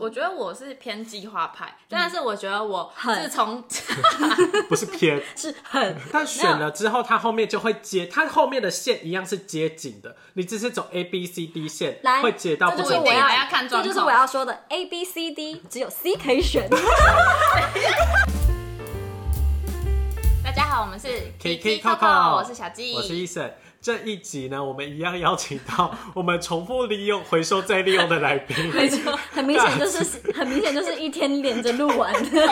我觉得我是偏计划派，但是我觉得我很自从不是 偏。是很嗯但选了之后，它后面就会接，它后面的线一样是接紧的，你只是走 A B C D 线来，会接到这不就是同我的不一定要还要看状况这就是我要说的 A B C D，只有 C 可以选。 大家好，我 们是 Kiki Coco， Coco，我是小纪，我是 Eason。这一集呢，我们一样邀请到我们重复利用、回收再利用的 来宾。很明显 就是，啊很明显就是一天连着录完的。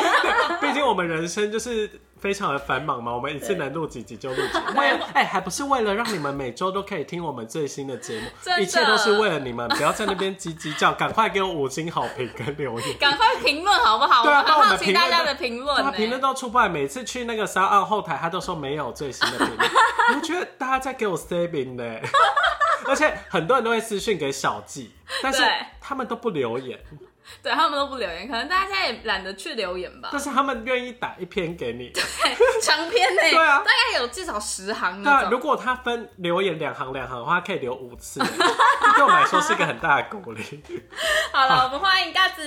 毕竟我们人生就是非常的繁忙嘛，我们一次能录几集就录几集。为了哎、还不是为了让你们每周都可以听我们最新的节目真，的一切都是为了你们，不要在那边叽叽叫，赶快给我五星好评跟留言。 赶快评论好不好？对啊很帮我们好奇评大论家的的评论他呢。评论都出不来，每次去那个三二后台，他都说没有最新的评论。 我觉得大家在给我 saving 呢、 而且很多人都会私讯给小纪，但是对他们都不留言，对他们都不留言，可能大家现在也懒得去留言吧但。是他们愿意打一篇给你。长篇呢、对啊大概有至少十行对那啊，种。如果他分留言两行两行的话，可以留五次， 这对我来说是一个很大的鼓励。好了，我们欢迎嘎子。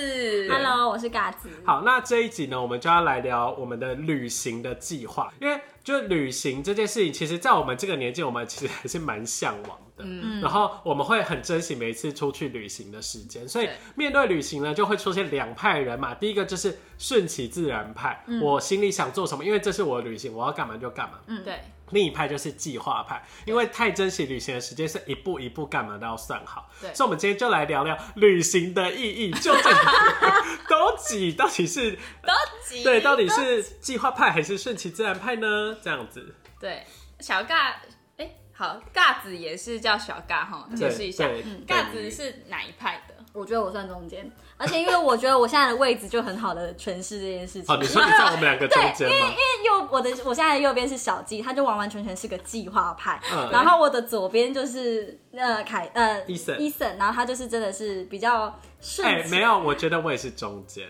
嗯 Hello，我是嘎子。好，那这一集呢，我们就要来聊我们的旅行的计划，因为就旅行这件事情，其实，在我们这个年纪，我们其实还是蛮向往的。嗯，然后我们会很珍惜每一次出去旅行的时间，所以对面对旅行呢，就会出现两派人嘛。第一个就是顺其自然派，我心里想做什么，因为这是我的旅行，我要干嘛就干嘛。嗯，对，另一派就是计划派，因为太珍惜旅行的时间，是一步一步干嘛都要算好。对所以我们今天就来聊聊旅行的意义，究竟 都几到底是都急。对，到底是计划派还是顺其自然派呢？这样子，对小嘎，哎、好，嘎子也是叫小嘎哈，解释一下对对，嘎对子是哪一派的？我觉得我算中间，而且因为我觉得我现在的位置就很好的诠释这件事情。好，哦你说你在我们两个中间吗？因为右我的我现在的右边是小纪，他就完完全全是个计划派。嗯然后我的左边就是呃凯呃 Eason 伊森，然后他就是真的是比较顺哎、其没有，我觉得我也是中间。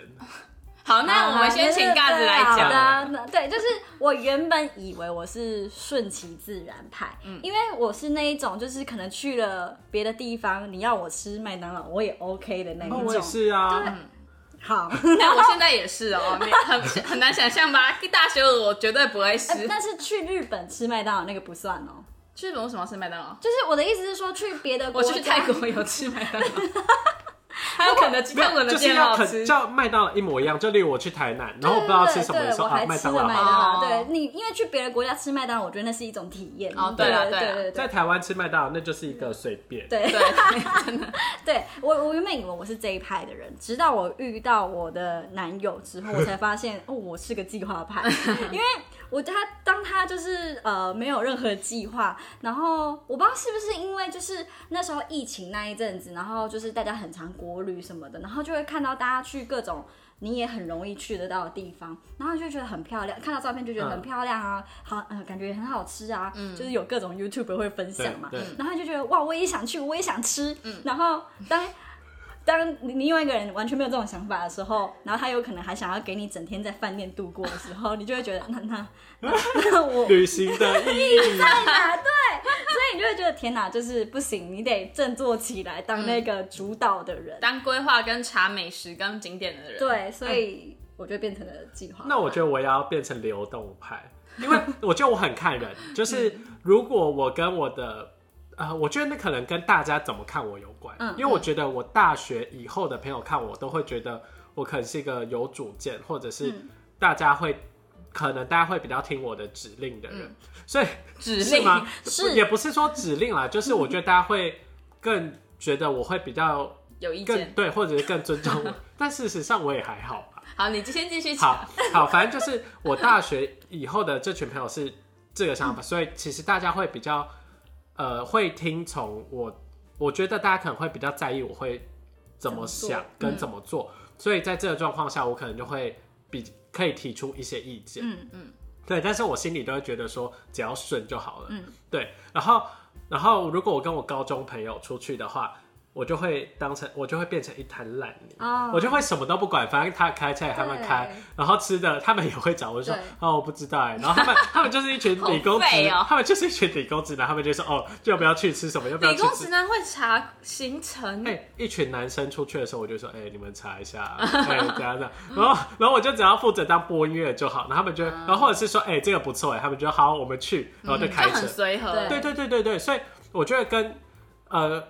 好，那我们先请嘎子来好讲。的，那啊对，就是我原本以为我是顺其自然派，嗯因为我是那一种就是可能去了别的地方，你要我吃麦当劳我也 OK 的那一哦，种。我也是啊， 好，那我现在也是哦，你很很难想象吧？大学我绝对不会吃。呃但是去日本吃麦当劳那个不算哦。日本为什么要吃麦当劳？就是我的意思是说，去别的国我家，去泰国有吃麦当劳，还有肯德基，泰国的就是店要好肯吃。叫麦当劳一模一样。就例如我去台南， 然后我不知道吃什么的时对对对候啊，我还麦吃当了劳麦好当了。劳。哦对你，因为去别的国家吃麦当劳，我觉得那是一种体验。哦对啦对对啦对在对台湾吃麦当劳，那就是一个随便。对。对，对我，我原本以为我是这一派的人，直到我遇到我的男友之后，我才发现哦，我是个计划派， 因为我他当他就是呃没有任何计划，然后我不知道是不是因为就是那时候疫情那一阵子，然后就是大家很常国旅什么的，然后就会看到大家去各种。你也很容易去得到的地方，然后就觉得很漂亮，看到照片就觉得很嗯漂亮啊，好，呃，感觉也很好吃啊，就是有各种 YouTube 会分享嘛，对对嗯然后就觉得哇，我也想去，我也想吃。然后当当你另外一个人完全没有这种想法的时候，然后他有可能还想要给你整天在饭店度过的时候，你就会觉得那 那那那我旅行的意义。在哪？对，所以你就会觉得天哪，就是不行，你得振作起来，当那个主导的人。当规划跟查美食跟景点的人，对，所以我就变成了计划。那我觉得我也要变成流动派，因为我觉得我很看人，就是嗯如果我跟我的。呃，我觉得那可能跟大家怎么看我有关，嗯因为我觉得我大学以后的朋友看我，都会觉得我可能是一个有主见，或者是嗯大家会，可能大家会比较听我的指令的人，嗯所以指是令吗？是也不是说指令啦，就是我觉得大家会更觉得我会比较有意更见。对，或者是更尊重我， 但事实上我也还好吧。好，你先继续讲。好好，反正就是我大学以后的这群朋友是这个嗯想法，所以其实大家会比较呃会听从我，我觉得大家可能会比较在意我会怎怎么么想做嗯跟怎么做，所以在这个状况下，我可能就会比可以提出一些意见，嗯嗯，对，但是我心里都会觉得说只要顺就好了，嗯，对，然后然后如果我跟我高中朋友出去的话。我就会当成我就会变成一滩烂泥，哦我就会什么都不管，反正他开车他们开对，然后吃的他们也会找我就说对哦我不知道哎，然 后他们他们就是一群理工好废直哦，他们就是一群理工直男，他们就说哦就不要去吃什么，要不要理去工吃直男会查行程，哎、一群男生出去的时候，我就说，哎、你们查一下， 哎、怎样怎样，然后，然后我就只要负责当播音乐就好，然后他们就，啊然后或者是说，哎、这个不错，哎，他们就好，我们去，然后就开就车，很随和。对对对对对对，所以我觉得跟呃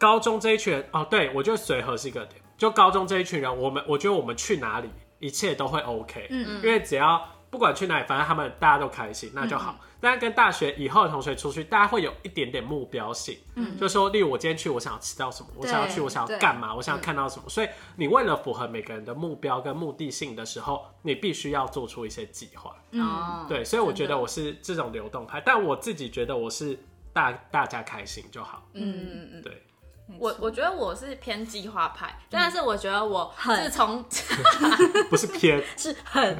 高中这一群人哦，对我觉得随和是一个点，就高中这一群人，我们我觉得我们去哪里，一切都会 OK，嗯因为只要不管去哪里，反正他们大家都开心，那就嗯好。但是跟大学以后的同学出去，大家会有一点点目标性，嗯，就说，例如我今天去，我想要吃到什么，我想要去，我想要干嘛，我想要看到嗯什么。所以你为了符合每个人的目标跟目的性的时候，你必须要做出一些计划。嗯哦，对，所以我觉真得的我是这种流动派，但我自己觉得我是大大家开心就 好。嗯嗯嗯，对，我我觉得我是偏计划派，但是我觉得我很自从不是 偏，是很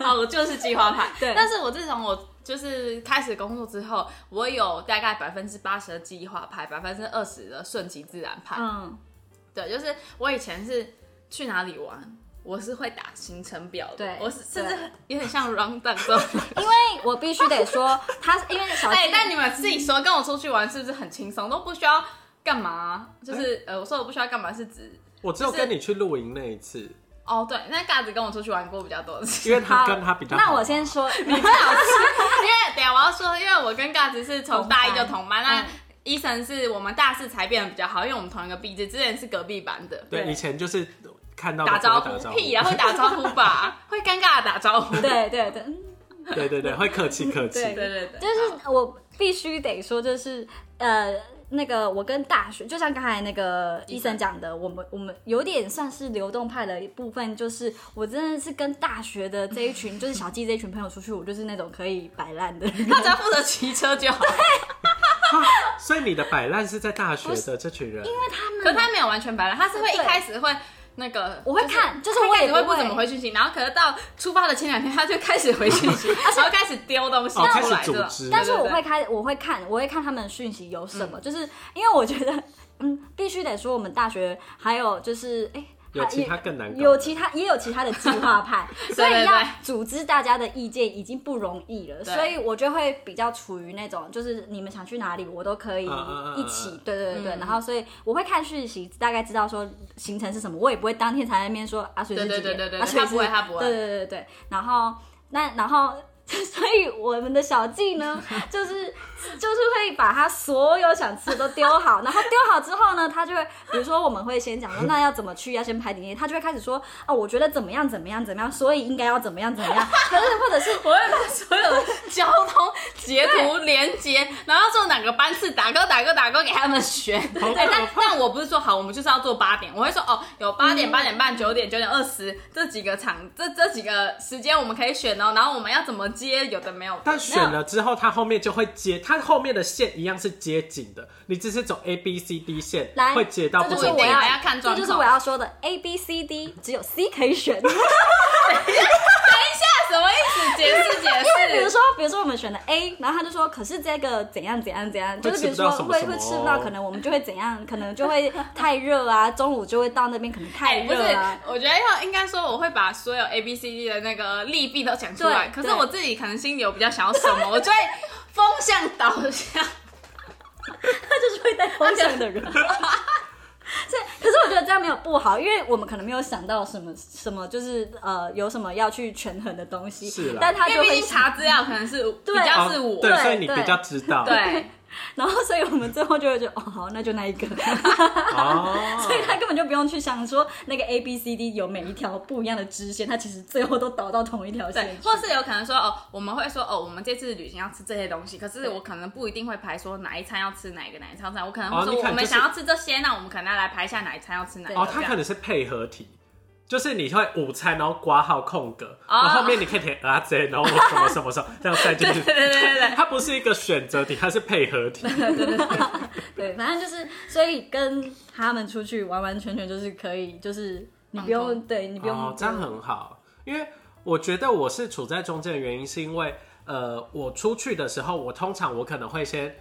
啊，我就是计划派。对但是我自从我就是开始工作之后，我有大概百分之八十的计划派，百分之二十的顺其自然派。嗯，对，就是我以前是去哪里玩。我是会打行程表的，对我是甚至对有点像 round down 这 种。因为我必须得说，他因为小哎、鸡但你们自己说跟我出去玩是不是很轻松，都不需要干嘛啊？就是、呃，我说我不需要干嘛是指我只有就是跟你去露营那一次，哦，对，那嘎子跟我出去玩过比较多的次，因为他好跟他比较好。那我先说， 因为等一下我要说，因为我跟嘎子是从大一就同班，那嗯医生是我们大四才变得比较好，因为我们同一个壁制，之前是隔壁班的。对对以前就是看到打的时候招打呼招屁啊，会打招呼吧？会尴尬的打招呼。对对对，嗯对对对，会客 气客气。对对对对，就是我必须得说，就是呃，那个我跟大学，就像刚才那个医生讲的，我们我们有点算是流动派的一部分，就是我真的是跟大学的这一群，就是小纪这一群朋友出去，我就是那种可以摆烂的人。他只要负责骑车就好。所以你的摆烂是在大学的这群人，可是他没有完全摆烂，他是会一对开始会那个，我会就是看就是他我一开也始不会会不怎么回讯息，然后可是到出发的前两天，他就开始回讯息，然后开始丢东西哦，开出来始这组种。织。但是对对我对会开，我会看，我会看他们的讯息有什么，就是因为我觉得，嗯，必须得说，我们大学还有就是，哎、有还其也他更难搞的有其他也有其他的计划 派，所对对以要对组织大家的意见已经不容易了，对所以我就会比较处于那种，就是你们想去哪里，我都可以嗯嗯嗯一起，嗯对对对对，嗯然后所以我会看讯息，大概知道说行程是什么，我也不会当天才在那边说啊，所以是对几对对点，对对啊，所以他不会是他不会对对对对对，然后那然后。 所以我们的小季呢， 就是就是会把他所有想吃的都丢好，然后丢好之后呢，他 就会，比如说我们会先讲说那要怎么去，要先排点点，他就会开始说啊，我觉得怎么样怎么样怎么样，所以应该要怎么样怎么样， 可是或者是我会把所有的交通截图连接，然后坐哪个班次打勾打勾打勾给他们选。对，好但但我不是说好，我们就是要做八点，我会说哦，有八嗯点、八点半、九点、九点二十这几个场，这这几个时间我们可以选哦。然后我们要怎么接，有的没有的。但选了之后，他后面就会接，他后面的线一样是接紧的，你只是走 A B C D 线来，，会接到 这不就是一同我定要还要看状这就是况我要说的 A B C D，只有 C 可以选。那什么意思？解释 解因为比如释。说，比如说我们选了 A，然后他就说，可是这个怎样怎样怎样，就是比如说吃不到会什么会吃什么不到，可能我们就会怎样，可能就会太热啊，中午就会到那边可能 哎，太不热是啊。，我觉得要应该说我会把所有 A B C D 的那个利弊都讲出来，对可是对我自己可能心里有比较想要什么，我就会风向导向。他就是会带风向的人。所以，可是我觉得这样没有不好，因为我们可能没有想到什么什么，就是呃有什么要去权衡的东西，是啦但他因就为毕会竟查资料可能 是比对较哦是我，对，对所以你比对较知道，对，然后所以我们最后就会觉得哦好，那就那一个，哦， 所以他根本就不用去想说那个 A B C D 有每一条不一样的支线，他其实最后都导到同一条对线，去。或是有可能说哦，我们会说哦，我们这次旅行要吃这些东西，可是我可能不一定会排说哪一餐要吃哪一个，哪一餐要吃哪一个我可能哦会你说我可能们就是想要吃这些，那我们可能要来排一下哪一餐要吃哪一个。哦，它可能是配合题，就是你会午餐，然后挂号空格，哦然后后面你可以填啊这，然后我什么什么什么这样塞进去。 对对对对对它不是一个选择题，它是配合题。对，反正就是，所以跟他们出去完完全全就是可以，就是你不放用，松对你不用、嗯哦，这样很好，因为我觉得我是处在中间的原因，是因为呃，我出去的时候，我通常我可能会先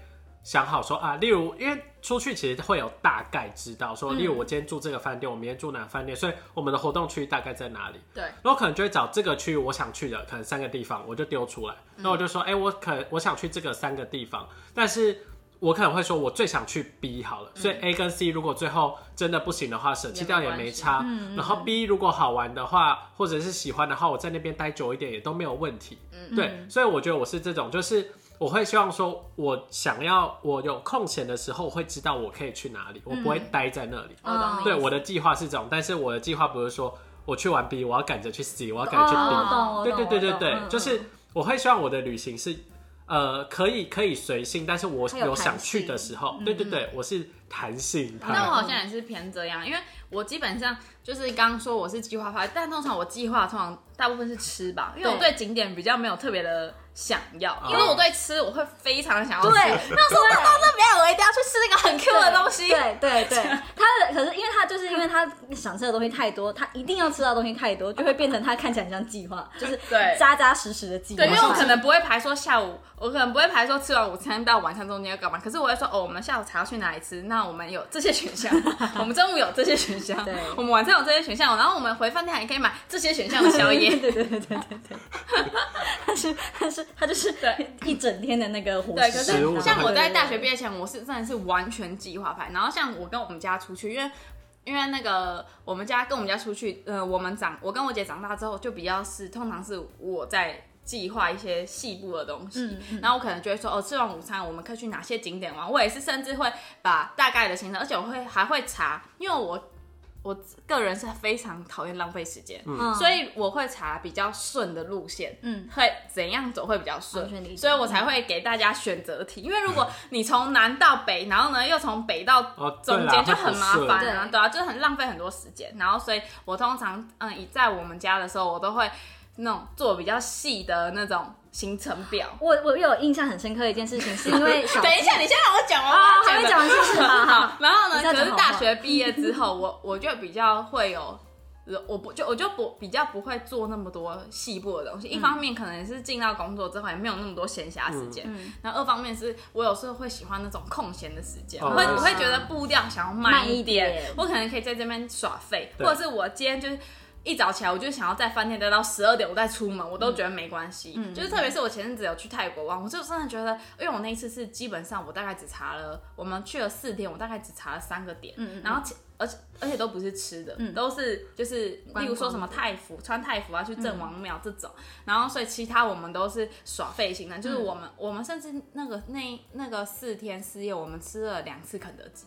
想好说啊，例如因为出去其实会有大概知道说，例如我今天住这个饭店，我明天住哪个饭店，所以我们的活动区域大概在哪里。对，然后可能就会找这个区域我想去的，可能三个地方，我就丢出来。那我就说，哎、我可我想去这个三个地方，但是我可能会说，我最想去 B 好了。所以 A 跟 C 如果最后真的不行的话，舍弃掉也没差。啊嗯然后 B 如果好玩的话，或者是喜欢的话，我在那边待久一点也都没有问题。嗯嗯对，所以我觉得我是这种，就是我会希望说，我想要我有空闲的时候，我会知道我可以去哪里，嗯我不会待在那里。我懂你。哦对，我的计划是这种，但是我的计划不是说我去完 B，我要赶着去 C，我要赶着去 B，、哦，我懂，我懂，对对对对对，我懂嗯就是我会希望我的旅行是，呃，可以可以随性，但是我它有弹性嗯想去的时候，对对对，我是弹性派。那我好像也是偏这样，因为我基本上就是刚刚说我是计划派，但通常我计划通常大部分是吃吧，因为我对对景点比较没有特别的想要，哦因为我对吃我会非常想要吃。对那我说到那边我一定要去吃那个很 Q 的东西。对对 对，他的可是因为他就是因为他想吃的东西太多，他一定要吃到的东西太多，就会变成他看起来很像计划，就是对扎扎实实的计划。对，因为我可能不会排说下午，我可能不会排说吃完午餐到晚餐中间要干嘛，可是我会说哦，我们下午茶要去哪里吃？那我们有这些选项， 我们中午有这些选项对，我们晚上有这些选项，然后我们回饭店还可以买这些选项的宵夜。 对对对对对对， 他是他是他就是对一整天的那个伙对，可食嗯是食物像我在大学毕业，业前，我是真的是完全计划派。然后像我跟我们家出去，因为因为那个我们家跟我们家出去，呃，我们长我跟我姐长大之后，就比较是通常是我在。计划一些细部的东西，然后我可能就会说，哦，吃完午餐我们可以去哪些景点玩？我也是，甚至会把大概的行程，而且我会还会查，因为我我个人是非常讨厌浪费时间，嗯所以我会查比较顺的路线，嗯，会怎样走会比较完全理顺，解所以我才会给大家选择题。因为如果你从南到北，然后呢又从北到哦，对中啦间就会不很麻顺烦啊对，对啊，就是很浪费很多时间。然后所以我通常嗯，一在我们家的时候，我都会那种做比较细的那种行程表。我我有印象很深刻的一件事情，是 因为小等一下，你先让我讲完，啊我要还没讲完是不是好好好，然后呢你，再可讲是好大话学毕业之后，我 我就比较会有。我不就我就不比较不会做那么多细部的东嗯西，一方面可能是进到工作之后也没有那么多闲暇时间，嗯然后二方面是我有时候会喜欢那种空闲的时间，哦我会我是会觉得步调想要慢慢一一点点，我可能可以在这边耍废，对或者是我今天就是一早起来我就想要在饭店待到十二点，我再出门，我都觉得没关系。就是特别是我前阵子有去泰国玩，我就真的觉得，因为我那一次是基本上我大概只查了，我们去了四天，我大概只查了三个点，然后其而且而且都不是吃的，都是就是例如说什么泰服，穿泰服啊去郑王庙这种，然后所以其他我们都是耍废型的，就是我们、我们甚至那个那那个四天四夜，我们吃了两次肯德 基，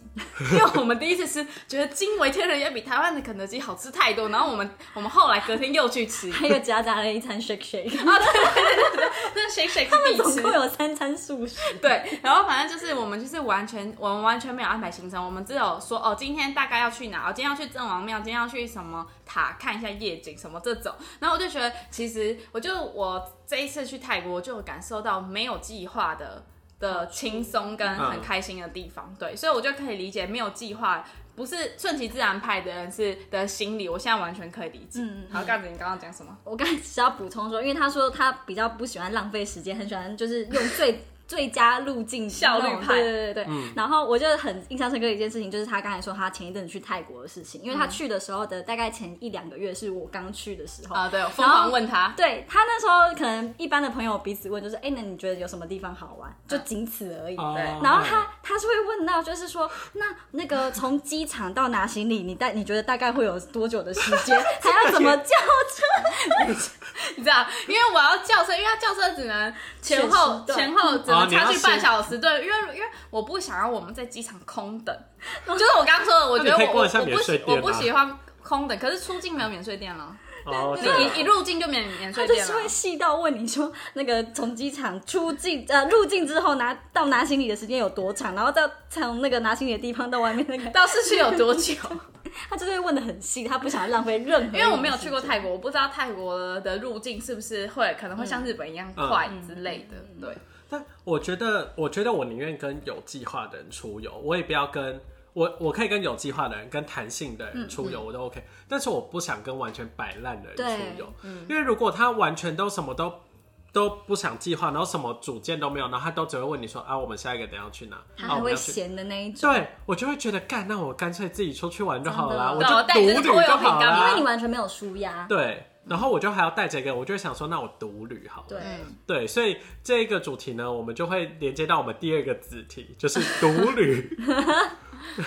因为我们第一次吃觉得惊为天人，也比台湾的肯德基好吃太多，然后我们我们后来隔天又去吃，还有夹杂了一餐 shake shake， 那 shake shake 是必总吃共。有三餐素食。 对，然后反正就是我们就是完全我们完全没有安排行程，我们只有说哦，今天大概要去哪，哦，今天要去郑王庙，今天要去什么塔看一下夜景什么这种。然后我就觉得，其实我就我这一次去泰国，我就有感受到没有计划的的嗯轻松跟很开心的地方。对，所以我就可以理解没有计划。不是顺其自然派的人是的心理，我现在完全可以理嗯解。好，杠子，你刚刚讲什么？我刚才只要补充说，因为他说他比较不喜欢浪费时间，很喜欢就是用最最佳路径效率那种派对对对对。然后我就很印象深刻的一件事情，就是他刚才说他前一阵子去泰国的事情，因为他嗯去的时候的大概前一两个月是我刚去的时候。啊，对，我疯然后狂问他，对他那时候可能一般的朋友彼此问，就是哎、那你觉得有什么地方好玩？就啊仅此而已。哦对然后他他是会问到，就是说，那那个从机场到拿行李，你大你觉得大概会有多久的时间？还要怎么叫车？你知道，因为我要叫车，因为它叫车只能前后选时段前后只哦能你要差距先半小时，对，因为因为我不想要我们在机场空等，就是我刚刚说 的，我觉得那你可以我我逛一下我不免税喜店我啊不喜欢空等，可是出境没有免税店了，哦，就啊对啦一一入境就免免税就店啊是会了。细到问你说，那个从机场出境呃入境之后拿到拿行李的时间有多长，然后再从那个拿行李的地方到外面那个，到市区有多久？他就是会问的很细，他不想浪费任何。因为我没有去过，泰国，我不知道泰国的入境是不是会可能会像日本一样快之类的。对，但我觉得，我觉得我宁愿跟有计划的人出游，我也不要跟我，我可以跟有计划的人、跟弹性的人出嗯游，我都 OK。但是我不想跟完全摆烂的人对嗯出游，因为如果他完全都什么都。都不想计划，然后什么主见都没有，然后他都只会问你说啊，我们下一个等一下要去哪？他啊还我们会要去闲的那一种，对我就会觉得，干，那我干脆自己出去玩就好啦，真我的就对我独带你旅去拖油就瓶好干嘛因为啦你。完全没有舒压。对，然后我就还要带这个，我就会想说，那我独旅好了。对，对，所以这个主题呢，我们就会连接到我们第二个子题，就是独旅。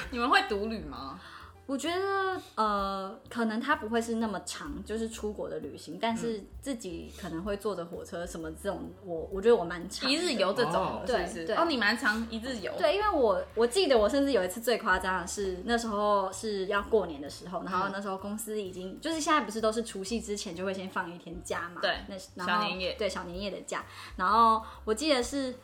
你们会独旅吗？我觉得呃，可能它不会是那么长，就是出国的旅行，嗯但是自己可能会坐着火车什么这种，我我觉得我蛮长的一日游这哦种是不是？对对哦，你蛮常一日游。对，因为我我记得我甚至有一次最夸张的是，那时候是要过年的时候，然后嗯那时候公司已经就是现在不是都是除夕之前就会先放一天假嘛，对那然后小年夜对小年夜的假，然后我记得是。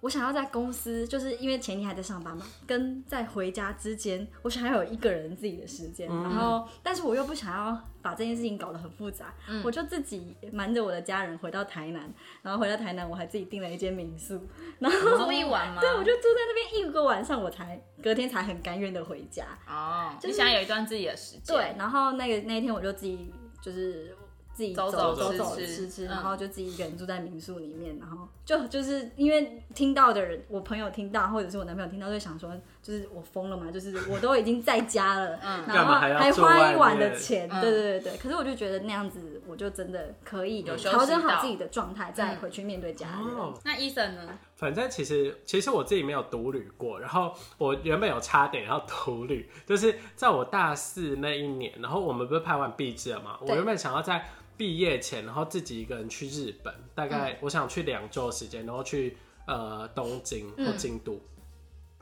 我想要在公司，就是因为前天还在上班嘛，跟在回家之间，我想要有一个人自己的时间，然嗯后，但是我又不想要把这件事情搞得很复杂，我就自己瞒着我的家人回到台南，然后回到台南，我还自己订了一间民宿，然 后住一晚吗？对，我就住在那边一个晚上，我才隔天才很甘愿的回家。哦，就你是想有一段自己的时间。对，然后那个那一天我就自己就是自己走走走走吃走吃吃吃，嗯然后就自己一个人住在民宿里面，然后就就是因为听到的人，我朋友听到或者是我男朋友听到，就想说就是我疯了嘛，就是我都已经在家了，嗯然干后嘛还要住花外一晚的面钱，嗯对对对对。可是我就觉得那样子，我就真的可以休调息整好到自己的状态，再嗯回去面对家人。哦，那医生呢？反正其实其实我自己没有独旅过，然后我原本有差点要独旅，就是在我大四那一年，然后我们不是拍完毕制了嘛，我对原本想要在毕业前，然后自己一个人去日本，大嗯概我想去两周的时间，然后去呃东京或嗯京都，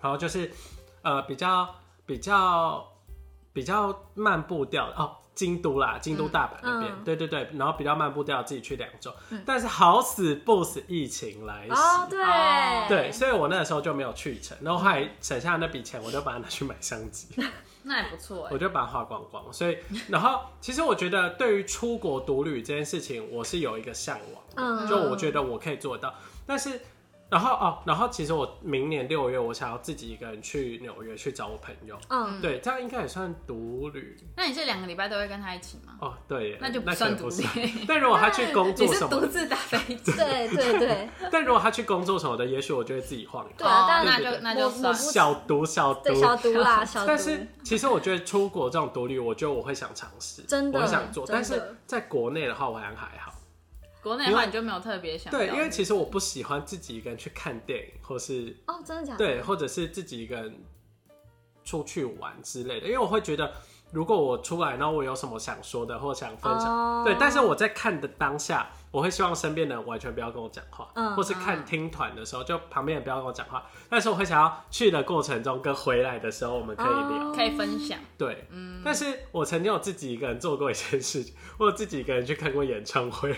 然后就是呃比较比较比较慢步调的哦。京都啦，京都大阪那边，嗯对对对，然后比较慢步调，自己去两周，但是好死不死疫情来袭，哦，对哦对，所以我那个时候就没有去成，然后后来省下那笔钱，我就把它拿去买相机，那也不错哎我。就把它花光光。所以，然后其实我觉得对于出国独旅这件事情，我是有一个向往的，嗯就我觉得我可以做到。但是，然后哦，然后其实我明年六月我想要自己一个人去纽约去找我朋友，嗯，对，这样应该也算独旅那你这两个礼拜都会跟他一起吗？哦，对耶，那就不可算能不独立算但如果他 去工你作是什么独的，自搭飞机？对对对。但如果他去工作什么的，也许我就会自己晃一晃对啊哦但那 对对就对那就我我算不。小毒小毒对，消毒 啦，消毒。但是其实我觉得出国这种独立，我觉得我会想尝试，真的我会想做。真的但是在国内的话，我好像还好。国内的话你就没有特别想要。对，因为其实我不喜欢自己一个人去看电影，或是哦，真的假的？对，或者是自己一个人出去玩之类的，因为我会觉得。如果我出来，然后我有什么想说的或想分享哦对，但是我在看的当下，我会希望身边的人完全不要跟我讲话，嗯或是看听团的时候，就旁边人不要跟我讲话。但是我会想要去的过程中跟回来的时候，我们可以聊。哦可以分享。对，但是我曾经有自己一个人做过一件事情，我有自己一个人去看过演唱 会，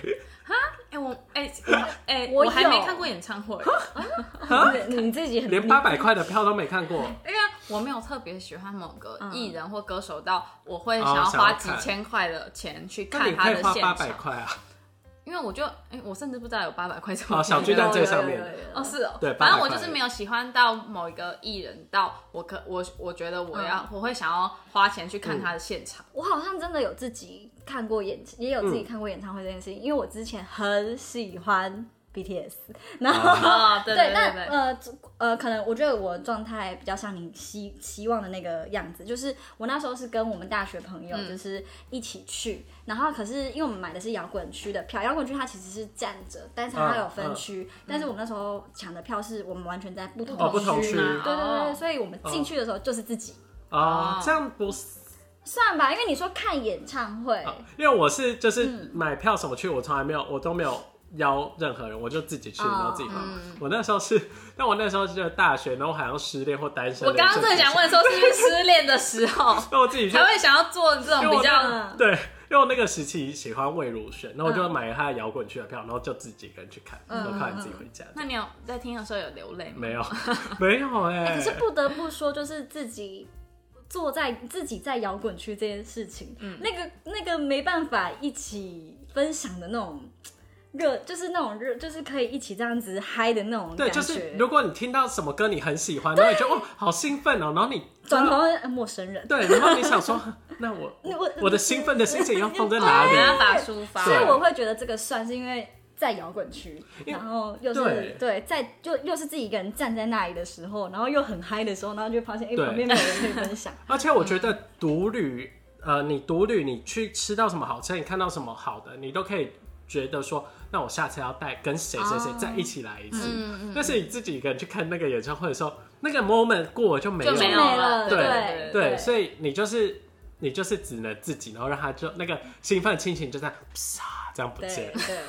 哎，我哎我 哎，我我还没有看过演唱 会。你你自己很连八百块的票都没看过。因为我没有特别喜欢某个嗯艺人或歌手到我会哦想要想要花几看千块的钱去那看你他可的以花现八百场，块啊！因为我就哎，我甚至不知道有八百块这么哦，小便宜巨蛋有最有上有面有有的哦，是哦，对反正800我就是没有喜欢到某一个艺人，到我可我我觉得我要、我会想要花钱去看他的现场，我好像真的有自己看过演，也有自嗯己看过演唱会这件事情，因为我之前很喜欢 BTS，然后。嗯啊、对对但对，呃呃，可能我觉得我状态比较像你希希望的那个样子，就是我那时候是跟我们大学朋友就是一起去，然后可是因为我们买的是摇滚区的票，摇滚区它其实是站着，但是它嗯有分区，但是我们那时候抢的票是我们完全在不同哦不同区区嘛，对对对对，哦所以我们进去的时候就是自己。哦哦，这样不是，算吧，因为你说看演唱会，因为我是嗯就是买票什么去，我从来没有，我都没有邀任何人，我就自己去，哦然后自己花。嗯我那时候是， 但我那时候就是大学，然后好像失恋或单身。我刚刚正想，问说，是不是失恋的时 候那我自己去才会想要做这种比较？嗯，对，因为我那个时期喜欢魏如萱，然后我嗯就买了她的摇滚区的票，然后就自己一个人去看，然后看完自己回家。那你有在听的时候有流泪吗？没 有，没有哎、可是不得不说，就是自己坐在自己在摇滚区这件事情，嗯那个那个没办法一起分享的那种热，就是那种热，就是可以一起这样子嗨的那种对，感就觉。是如果你听到什么歌你很喜欢，然后你就哇好兴奋哦、然后你转头呃陌生人，对， 然后你想说，那我我 啊我的兴奋的心情要放在哪里？没办法抒发，所以我会觉得这个算是因为在摇滚区，因为然后又对是对在就又是自己一个人站在那里的时候，然后又很嗨的时候，然后就发现哎对旁边没有人可以分 享，而且我觉得独旅，呃，你独旅，你去吃到什么好吃，你看到什么好的，你都可以觉得说，那我下次要带跟谁谁谁哦嗯再一起来一次。但是你自己一个人去看那个演唱会的时候，那个 moment 过了就没有就没有了，了对对对，所以你就是你就是只能自己，然后让他就那个兴奋心情就这样啪这样不对见对了。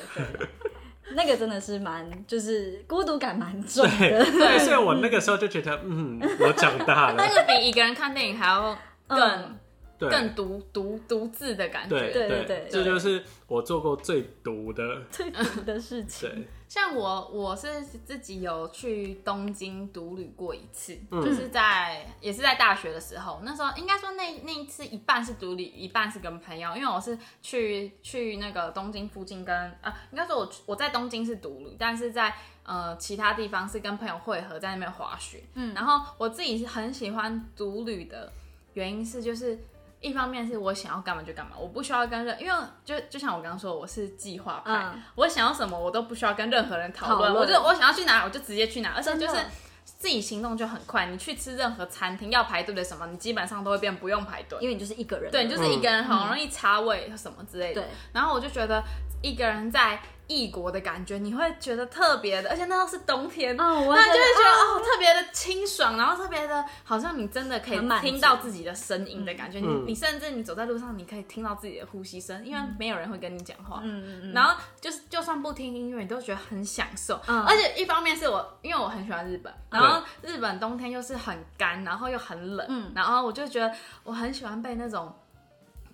对，那个真的是蛮就是孤独感蛮重的，对，所以我那个时候就觉得，嗯，我长大了那。 个比一个人看电影还要更嗯对更独独独自的感对觉。对对这就是我做过最毒的。最毒的事情。对，像我，我是自己有去东京独旅过一次，嗯就是在也是在大学的时候，那时候应该说那那一次一半是独旅，一半是跟朋友，因为我是去去那个东京附近跟啊，应该说我我在东京是独旅，但是在呃其他地方是跟朋友会合，在那边滑雪。嗯，然后我自己是很喜欢独旅的原因是就是。一方面是我想要干嘛就干嘛，我不需要跟任，因为就就像我刚刚说，我是计划派，嗯我想要什么我都不需要跟任何人讨讨论，论我就我想要去哪我就直接去哪，而且就真是的自己行动就很快。你去吃任何餐厅要排队的什么，你基本上都会变不用排队，因为你嗯就是一个人，对，你就是一个人很容易插位什么之类的。对然后我就觉得一个人在异国的感觉，你会觉得特别的，而且那又是冬天，啊，我那完你全就会觉得哦特别的清爽，然后特别的，好像你真的可以很满足听到自己的声音的感觉。你嗯你甚至你走在路上，你可以听到自己的呼吸声，因为没有人会跟你讲话。嗯嗯然后就是就算不听音乐，你都觉得很享受。嗯而且一方面是我，因为我很喜欢日本，然后日本冬天又是很干，然后又很冷，嗯然后我就觉得我很喜欢被那种。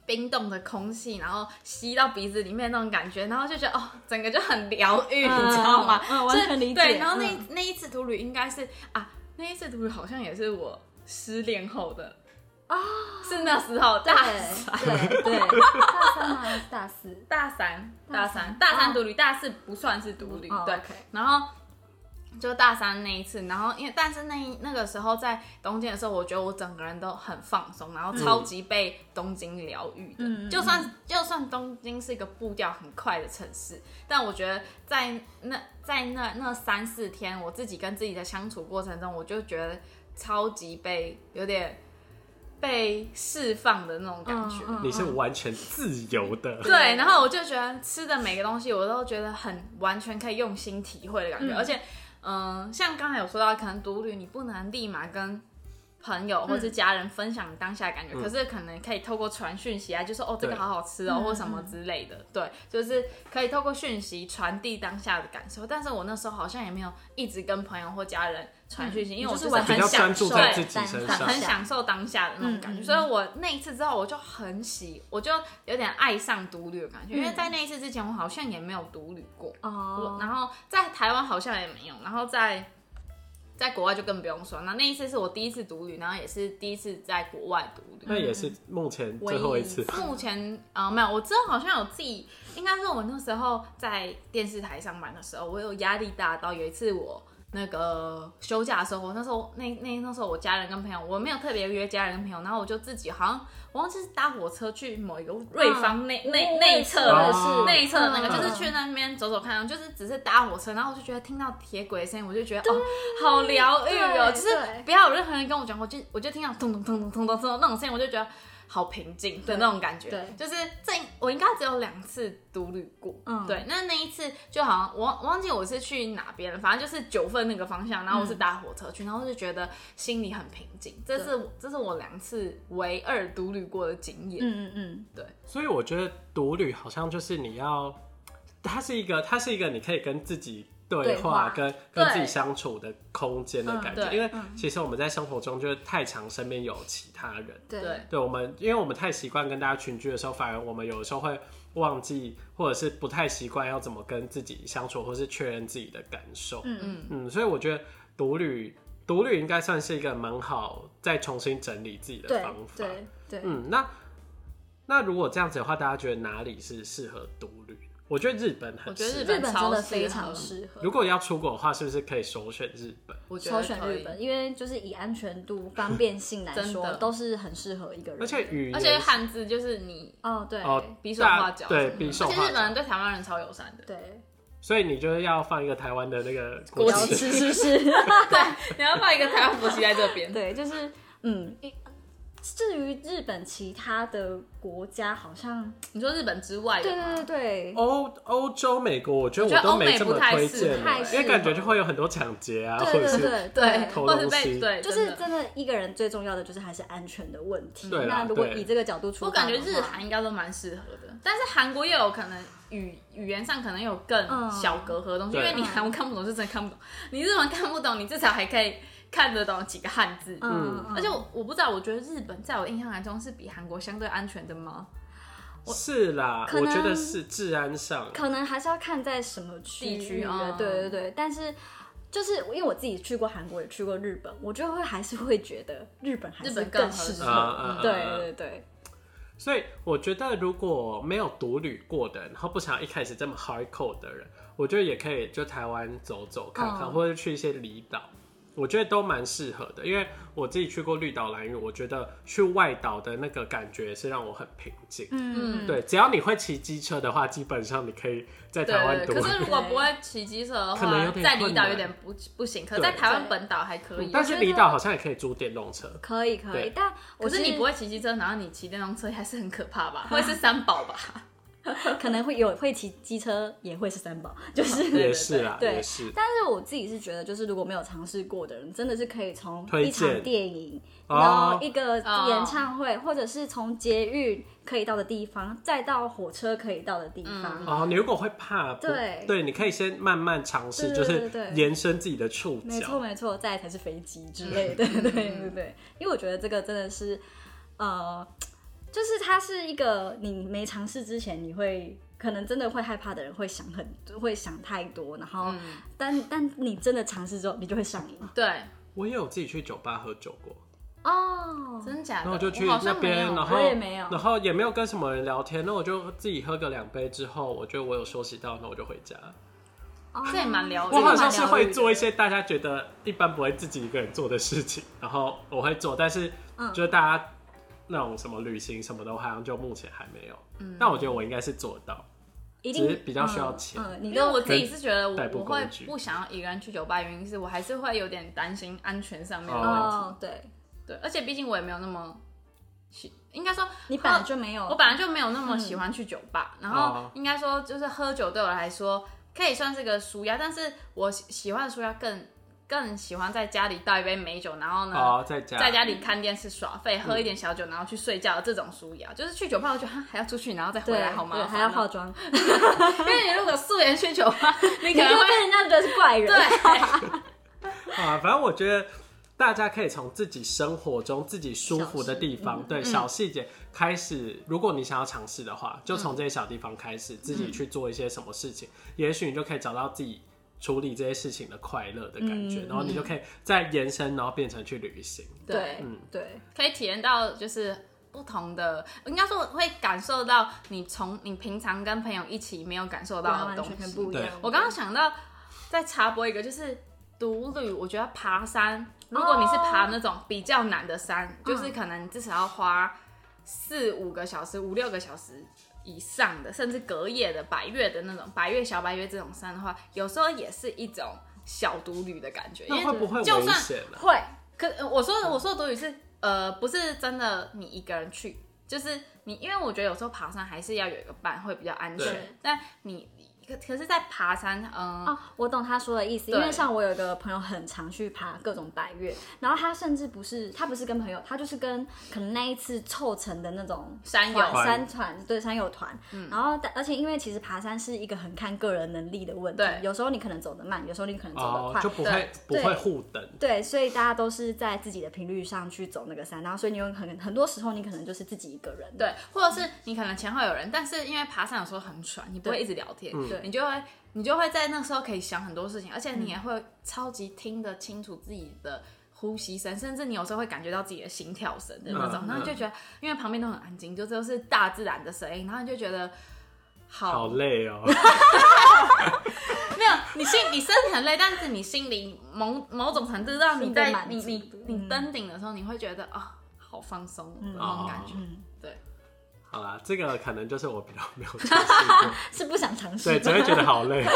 冰冻的空气，然后吸到鼻子里面那种感觉，然后就觉得哦，整个就很疗愈，嗯你知道吗？嗯就是完全理解对，然后那、嗯那一次独旅应该是啊，那一次独旅好像也是我失恋后的啊，是那时候大三哦对 对对，大三吗还是大四？大三，大大三，三大三哦独旅，大四不算是独旅，哦对 OK。然后就大三那一次，然后因为但是那一那个时候在东京的时候，我觉得我整个人都很放松，然后超级被东京疗愈的。嗯就算就算东京是一个步调很快的城市，但我觉得在那在那那三四天，我自己跟自己的相处过程中，我就觉得超级被有点被释放的那种感觉。嗯嗯你是完全自由的。对，然后我就觉得吃的每个东西，我都觉得很完全可以用心体会的感觉，嗯而且，嗯、像刚才有说到，可能独旅你不能立马跟朋友或是家人分享当下的感觉，可是可能可以透过传讯息啊，就说哦这个嗯对好好吃哦，或什么之类的，对，就是可以透过讯息传递当下的感受。但是我那时候好像也没有一直跟朋友或家人传嗯讯息，因为我就是是完很全比较享专受注对。在自己身很上很享受当下的那种感觉，嗯嗯嗯所以我那一次之后，我就很喜，我就有点爱上独旅的感觉，因为在那一次之前，我好像也没有独旅过，我嗯哦，然后在台湾好像也没有，然后在在国外就更不用说。那那一次是我第一次独旅，然后也是第一次在国外独那旅。也是目前最后一次。目前啊、呃没有，我之后好像有自己，应该说我那时候在电视台上班的时候，我有压力大到有一次我。那个休假的时候，我那时候那那那时候我家人跟朋友，我没有特别约家人跟朋友，然后我就自己好像我忘记是搭火车去某一个瑞芳啊内内内侧我的也是内侧那个，嗯就是去那边走走看，就是只是搭火车，然后我就觉得听到铁轨的声音，我就觉得哦，好疗愈哦，对就是对不要有任何人跟我讲，我就我就听到咚咚咚咚咚咚咚那种声音，我就觉得好平静的那种感觉。对就是这我应该只有两次独旅过，嗯对，那那一次就好像我忘我忘记我是去哪边了，反正就是九份那个方向，然后我是搭火车去，然后就觉得心里很平静，这是这是我两次唯二独旅过的经验。嗯嗯嗯，所以我觉得独旅好像就是你要，它是一个，它是一个你可以跟自己对对话、话跟跟对自己相处的空间的感觉。嗯对因为其实我们在生活中就是太常身边有其他人，对，对我们，因为我们太习惯跟大家群居的时候，反而我们有的时候会忘记，或者是不太习惯要怎么跟自己相处，或是确认自己的感受。嗯嗯，嗯，嗯，所以我觉得独旅，独旅应该算是一个蛮好再重新整理自己的对方法。对对，嗯，那那如果这样子的话，大家觉得哪里是适合独旅？我觉得日本很我觉得适日合。本真的非常适合如。果要出国的话，是不是可以首选日本？我觉首得选可以日本，因为就是以安全度、方便性来真的说，都是很适合一个人的。而且语言，而且汉字就是你哦，对哦比手画脚大对什么的比手而且画日本脚人对台湾人超友善的，对，所以你就是要放一个台湾的那个国要旗 吃是不是？对， 你要放一个台湾国旗在这边。对，就是嗯，一至于日本其他的国家，好像你说日本之外的对吗，对对对，欧欧洲、美国，我觉得我觉得我都欧美没这不么太推适荐合欸，因为太感觉适就会有很多抢劫啊，或对对者是对对。偷或者东西被对，就是真的真的，一个人最重要的就是还是安全的问题。对啦那如果对以这个角度出我发感的话，觉日韩应该都蛮适合的，但是韩国又有可能语语言上可能有更嗯小隔阂的东西，因对为你韩文看不懂是真的看不懂，你日文看不懂，你至少还可以看得懂几个汉字。嗯，嗯，而且我我不知道，我觉得日本在我印象当中是比韩国相对安全的吗？是啦，可我觉得能是治安上，可能还是要看在什么区域地区啊嗯对对对，但是。就是因为我自己去过韩国，也去过日本，我就会还是会觉得日本还日是本更适合嗯啊合。嗯啊，对啊对对，所以我觉得，如果没有独旅过的，然后不想要一开始这么 hardcore 的人，我觉得也可以就台湾走走看看，嗯或者去一些离岛，我觉得都蛮适合的。因为我自己去过绿岛、蓝屿，我觉得去外岛的那个感觉是让我很平静。嗯，对，只要你会骑机车的话，基本上你可以在台湾对，独可旅。是如果不会骑机车的可能话有，点在离困岛难有点不不行，可对在台湾本岛还可以。但是离岛好像也可以租电动车。可以可以对，但我可是你不会，会骑机车，然后你骑电动车还是很可怕吧？会是三宝 吧？可能会有会骑机车，也会是三宝， 就是对也是啦，对也是。但是我自己是觉得，就是如果没有尝试过的人，真的是可以从推一荐场电影，哦然后一个哦演唱会，或者是从捷运可以到的地方，再到火车可以到的地方。哦，你如果会怕，不对对，你可以先慢慢尝试，对就对是对对延伸自己的触角。没错没错，再来才是飞机之类的，嗯 对对对。因为我觉得这个真的是，呃，就是它是一个你没尝试之前，你会可能真的会害怕的人会想很会想太多，然嗯后、但但你真的尝试之后，你就会上瘾对，我也有自己去酒吧喝酒过，哦。真假的？然后我就去啊我好那像没边，有然我后也没有然后也没有跟什么人聊天，那我就自己喝个两杯之后，我觉得我有休息到，那我就回家。哦这也蛮疗愈我的。好像是会做一些大家觉得一般不会自己一个人做的事情，然后我会做，但是就是嗯大家那种什么旅行什么的，我好像就目前还没有。嗯但我觉得我应该是做得到，一只是定比较需要钱嗯，嗯你因为都我自己是觉得我代步我会工具不想要一个人去酒吧，原因是我还是会有点担心安全上面的问题。哦，对，对，而且毕竟我也没有那么喜，应该说你本来就没有，我本来就没有那么喜欢去酒吧，然后哦应该说就是喝酒对我来说可以算是个舒压，但是我喜喜欢的舒压更更喜欢在家里倒一杯美酒，然后呢。哦，在家在家里看电视耍废，喝一点小酒，然后去睡觉，这种舒压，就是去酒吧，我觉得哈还要出去，然后再回对来，好麻对烦，哦还要 化。妆，因为你如果素颜去酒 吧，你你可就能会会被人家觉得是怪人。对， 啊，反正我觉得大家可以从自己生活中自己舒服的地嗯方，对小细节开始。如果你想要尝试的话，就嗯从这些小地方开始，自己去做一些什么事情，也许你就可以找到自己。处理这些事情的快乐的感觉，嗯然后你就可以再延伸，然后变成去旅行。对嗯对，可以体验到就是不同的，应该说会感受到你从你平常跟朋友一起没有感受到完的完东全全西。不一对样。我刚刚想到再插播一个，就是独旅，我觉得爬山，如果你是爬那种比较难的山，嗯就是可能至少要花四五个小时、五六个小时。以上的，甚至隔夜的、百月的那种百月小百月这种山的话，有时候也是一种小独旅的感觉，因那为会不会就危算险啊呢、会，可呃我说的我说的独旅是呃，不是真的你一个人去，就是你，因为我觉得有时候爬山还是要有一个伴会比较安全对。但你可可是，在爬山，嗯、哦，我懂他说的意思，因对为像我有一个朋友很常去爬各种百越，然后他甚至不是他不是跟朋友，他就是跟可能那一次凑成的那种山友嗯团团山团对山友团，然后但而且因为其实爬山是一个很看个人能力的问题对，有时候你可能走得慢，有时候你可能走得哦快，，就不会对不会互等。对，所以大家都是在自己的频率上去走那个山，然后所以你有很很多时候你可能就是自己一个人。对，或者是你可能前后有人，但是因为爬山有时候很喘，你不会一直聊嗯天，对你就会你就会在那时候可以想很多事情，而且你也会超级听得清楚自己的。呼吸声，甚至你有时候会感觉到自己的心跳声的那种，嗯然后你就觉得，因为旁边都很安静，就都是大自然的声音，然后你就觉得好累 哦，没有，你心你身体很累，但是你心里某某种程度让你是被在满你足嗯你你登顶的时候，你会觉得啊、好放松哦那种感觉。嗯，对，好啦，这个可能就是我比较没有尝试过， 是不想尝试对，吧。只会觉得好累。哦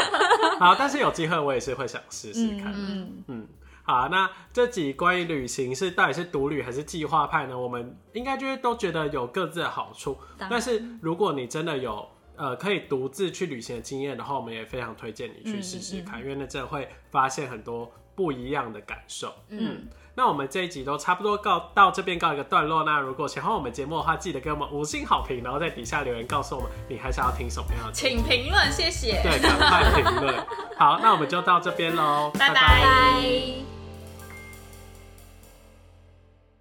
好，但是有机会我也是会想试试看。嗯，嗯，好，那这集关于旅行是到底是独旅还是计划派呢？我们应该就是都觉得有各自的好处，当然但是如果你真的有呃可以独自去旅行的经验的话，我们也非常推荐你去试试看，因为那真的会发现很多不一样的感受。嗯。那我们这一集都差不多告到这边告一个段落。那如果喜欢我们节目的话，记得给我们五星好评，然后在底下留言告诉我们你还想要听什么样的节目。请评论，谢谢。对，赶快评论。好，那我们就到这边喽，拜拜拜拜。